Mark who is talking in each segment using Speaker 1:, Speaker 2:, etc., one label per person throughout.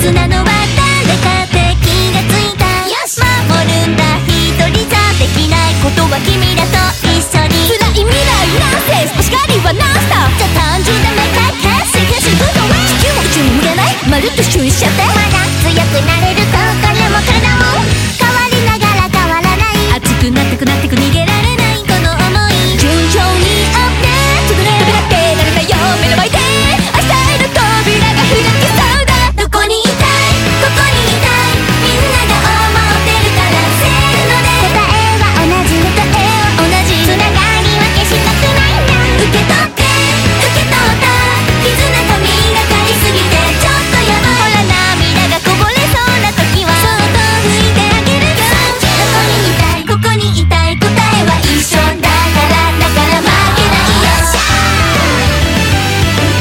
Speaker 1: つなのは誰かって気がついた守るんだ一人じゃできないことは君らと一緒に
Speaker 2: 辛い未来ナンセンスお叱りはナンスター
Speaker 1: じゃ単純なめかけ世界史ブドウ
Speaker 2: 地球も宇宙に向けないまるっと一緒にしちゃって
Speaker 1: まだ強くなれるとこれも体も変わりながら変わらない
Speaker 2: 熱くなってくなってく逃げられない
Speaker 1: この想い
Speaker 2: 順調にアップデートどれだけ慣れたよ目の前で明日への扉が開けそうだ
Speaker 1: どこにいたいここにいたいみんなが思ってるからせーので答えは同じ答えは同じつながり分けしたくないんだ受け取って受け取った絆が磨かりすぎてちょっとやばいほら涙がこぼれそうな時はそっと拭いてあげるよどこにいたいここにいたい答えは一緒だからだから負けないよっしゃー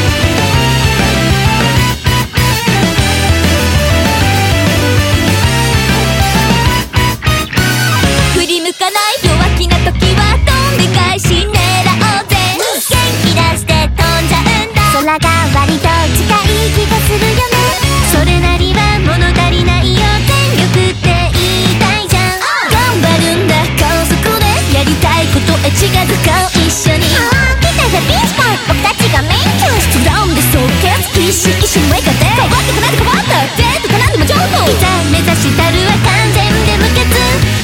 Speaker 2: 振り向かない弱気な時は飛んで返し狙おうぜ
Speaker 1: 元気出して飛んじゃうんだ空が割と近い気がするよねそれなりは物足りないよ全力って言いたいじゃん
Speaker 2: 頑張るんだ高速でやりたいことへ近づこう一緒に
Speaker 1: あー来たぜビーチパン僕たちがメインキャス
Speaker 2: 質問で即決一心一心メカで変わってくなって変わったデートかなんでも上
Speaker 1: い
Speaker 2: 手
Speaker 1: ざ目指したるは完全で無欠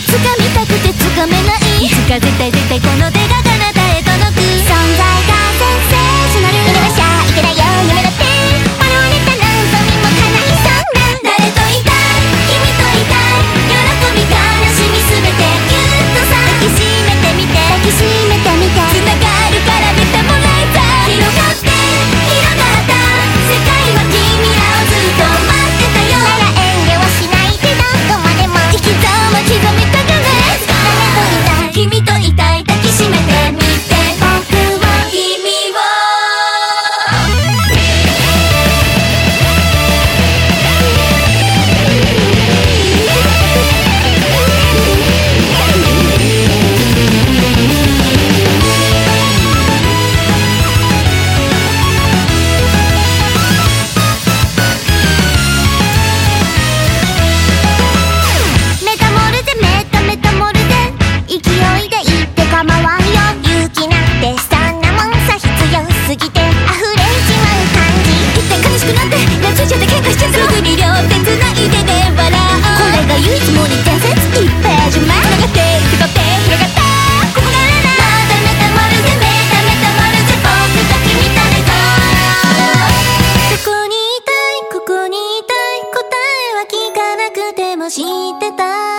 Speaker 1: 掴みたくて掴めない
Speaker 2: いつか絶対絶対この手が彼方へ届く
Speaker 1: 存在がセンセーショナル見逃しちゃいけないよ夢だって笑われた何度にも叶いそうな誰といたい君といたい喜び悲しみ全てぎゅっとさ抱きしめてみて抱きしめてみて
Speaker 2: つながるから出てもらえた
Speaker 1: 広がって広がった世界は君らをずっと待ってたよなら遠慮はしないでどこまでも
Speaker 2: 生きざま刻みたくね
Speaker 1: 誰といたい君といたい抱きしめてみて僕は君をメタモルでメタメタモルで勢いで言って構わんよ勇気なんてそんなもんさ必要すぎて溢れちまう感じ
Speaker 2: 一体悲しくなって夏じゃで喧嘩しちゃったすぐに両手つないでね笑
Speaker 1: こ
Speaker 2: おう
Speaker 1: れが唯一無二伝説一ページ目
Speaker 2: つながって広がって広がってここから
Speaker 1: またメタモルでメタメタモルで僕と君誰かどこにいたいここにいたい答えは聞かなくても知ってた